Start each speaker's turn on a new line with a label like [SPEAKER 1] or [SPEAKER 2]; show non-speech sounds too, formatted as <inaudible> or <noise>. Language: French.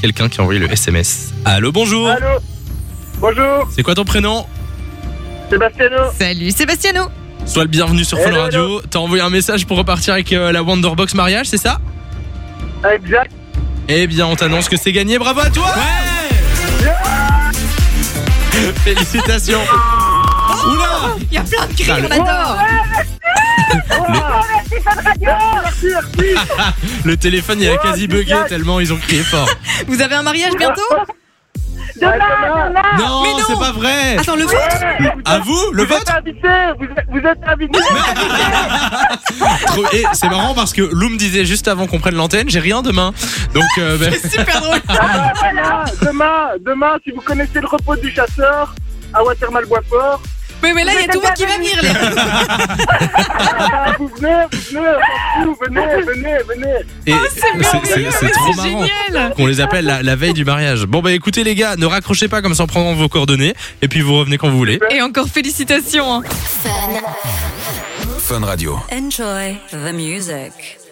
[SPEAKER 1] quelqu'un qui a envoyé le SMS. Allô, bonjour.
[SPEAKER 2] Allô Bonjour,
[SPEAKER 1] C'est quoi ton prénom
[SPEAKER 2] Sébastiano.
[SPEAKER 3] Salut Sébastiano
[SPEAKER 1] Sois le bienvenu sur Fun
[SPEAKER 2] Hello,
[SPEAKER 1] Radio. T'as envoyé un message pour repartir avec euh, la Wonderbox mariage, c'est ça
[SPEAKER 2] Exact.
[SPEAKER 1] Eh bien, on t'annonce que c'est gagné. Bravo à toi <laughs> Félicitations. Oula
[SPEAKER 3] Il y a plein de cris,
[SPEAKER 1] Ah, le-
[SPEAKER 3] on adore
[SPEAKER 2] Ah, merci, Fun Radio. Merci, merci.
[SPEAKER 1] Le téléphone, il a
[SPEAKER 2] Oh,
[SPEAKER 1] quasi bugué
[SPEAKER 2] génial.
[SPEAKER 1] tellement ils ont crié fort.
[SPEAKER 3] Vous avez un mariage bientôt
[SPEAKER 2] Ouais, demain.
[SPEAKER 1] Non,
[SPEAKER 3] Mais non. Ah,
[SPEAKER 1] c'est pas vrai.
[SPEAKER 3] Attends, le vôtre
[SPEAKER 1] À vous, le
[SPEAKER 2] Vous
[SPEAKER 1] vote
[SPEAKER 2] <laughs> êtes invité, vous êtes, vous êtes invité.
[SPEAKER 1] Trop- Et c'est marrant parce que Lou me disait juste avant qu'on prenne l'antenne, j'ai rien demain. Donc euh,
[SPEAKER 3] <laughs>
[SPEAKER 1] ben,
[SPEAKER 3] C'est
[SPEAKER 1] <laughs>
[SPEAKER 3] super drôle
[SPEAKER 2] Ah, voilà. Demain, demain, si vous connaissez le repos du chasseur à Watermal Boisfort,
[SPEAKER 3] Mais, mais là, il y a tout le monde qui va venir là.
[SPEAKER 2] <laughs> ah, vous venez, vous venez, on s'en fout, venez, venez, venez.
[SPEAKER 1] et- c'est- c'est
[SPEAKER 3] merveilleux,
[SPEAKER 1] c'est
[SPEAKER 3] mais
[SPEAKER 1] trop
[SPEAKER 3] c'est
[SPEAKER 1] marrant
[SPEAKER 3] génial
[SPEAKER 1] <laughs> qu'on les appelle la, la veille du mariage. Bon bah écoutez les gars, ne raccrochez pas comme ça on prend vos coordonnées et puis vous revenez quand vous voulez.
[SPEAKER 3] Et encore félicitations hein.
[SPEAKER 4] Fun Radio.
[SPEAKER 5] Enjoy the music.